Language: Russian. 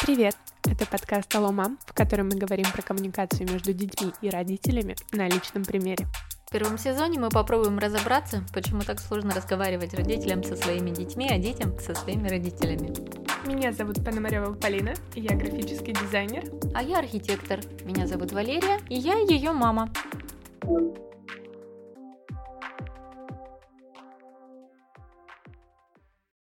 Привет! Это подкаст «Алло, мам», в котором мы говорим про коммуникацию между детьми и родителями на личном примере. В первом сезоне мы попробуем разобраться, почему так сложно разговаривать родителям со своими детьми, а детям со своими родителями. Меня зовут Пономарева Полина, и я графический дизайнер. А я архитектор. Меня зовут Валерия, и я ее мама.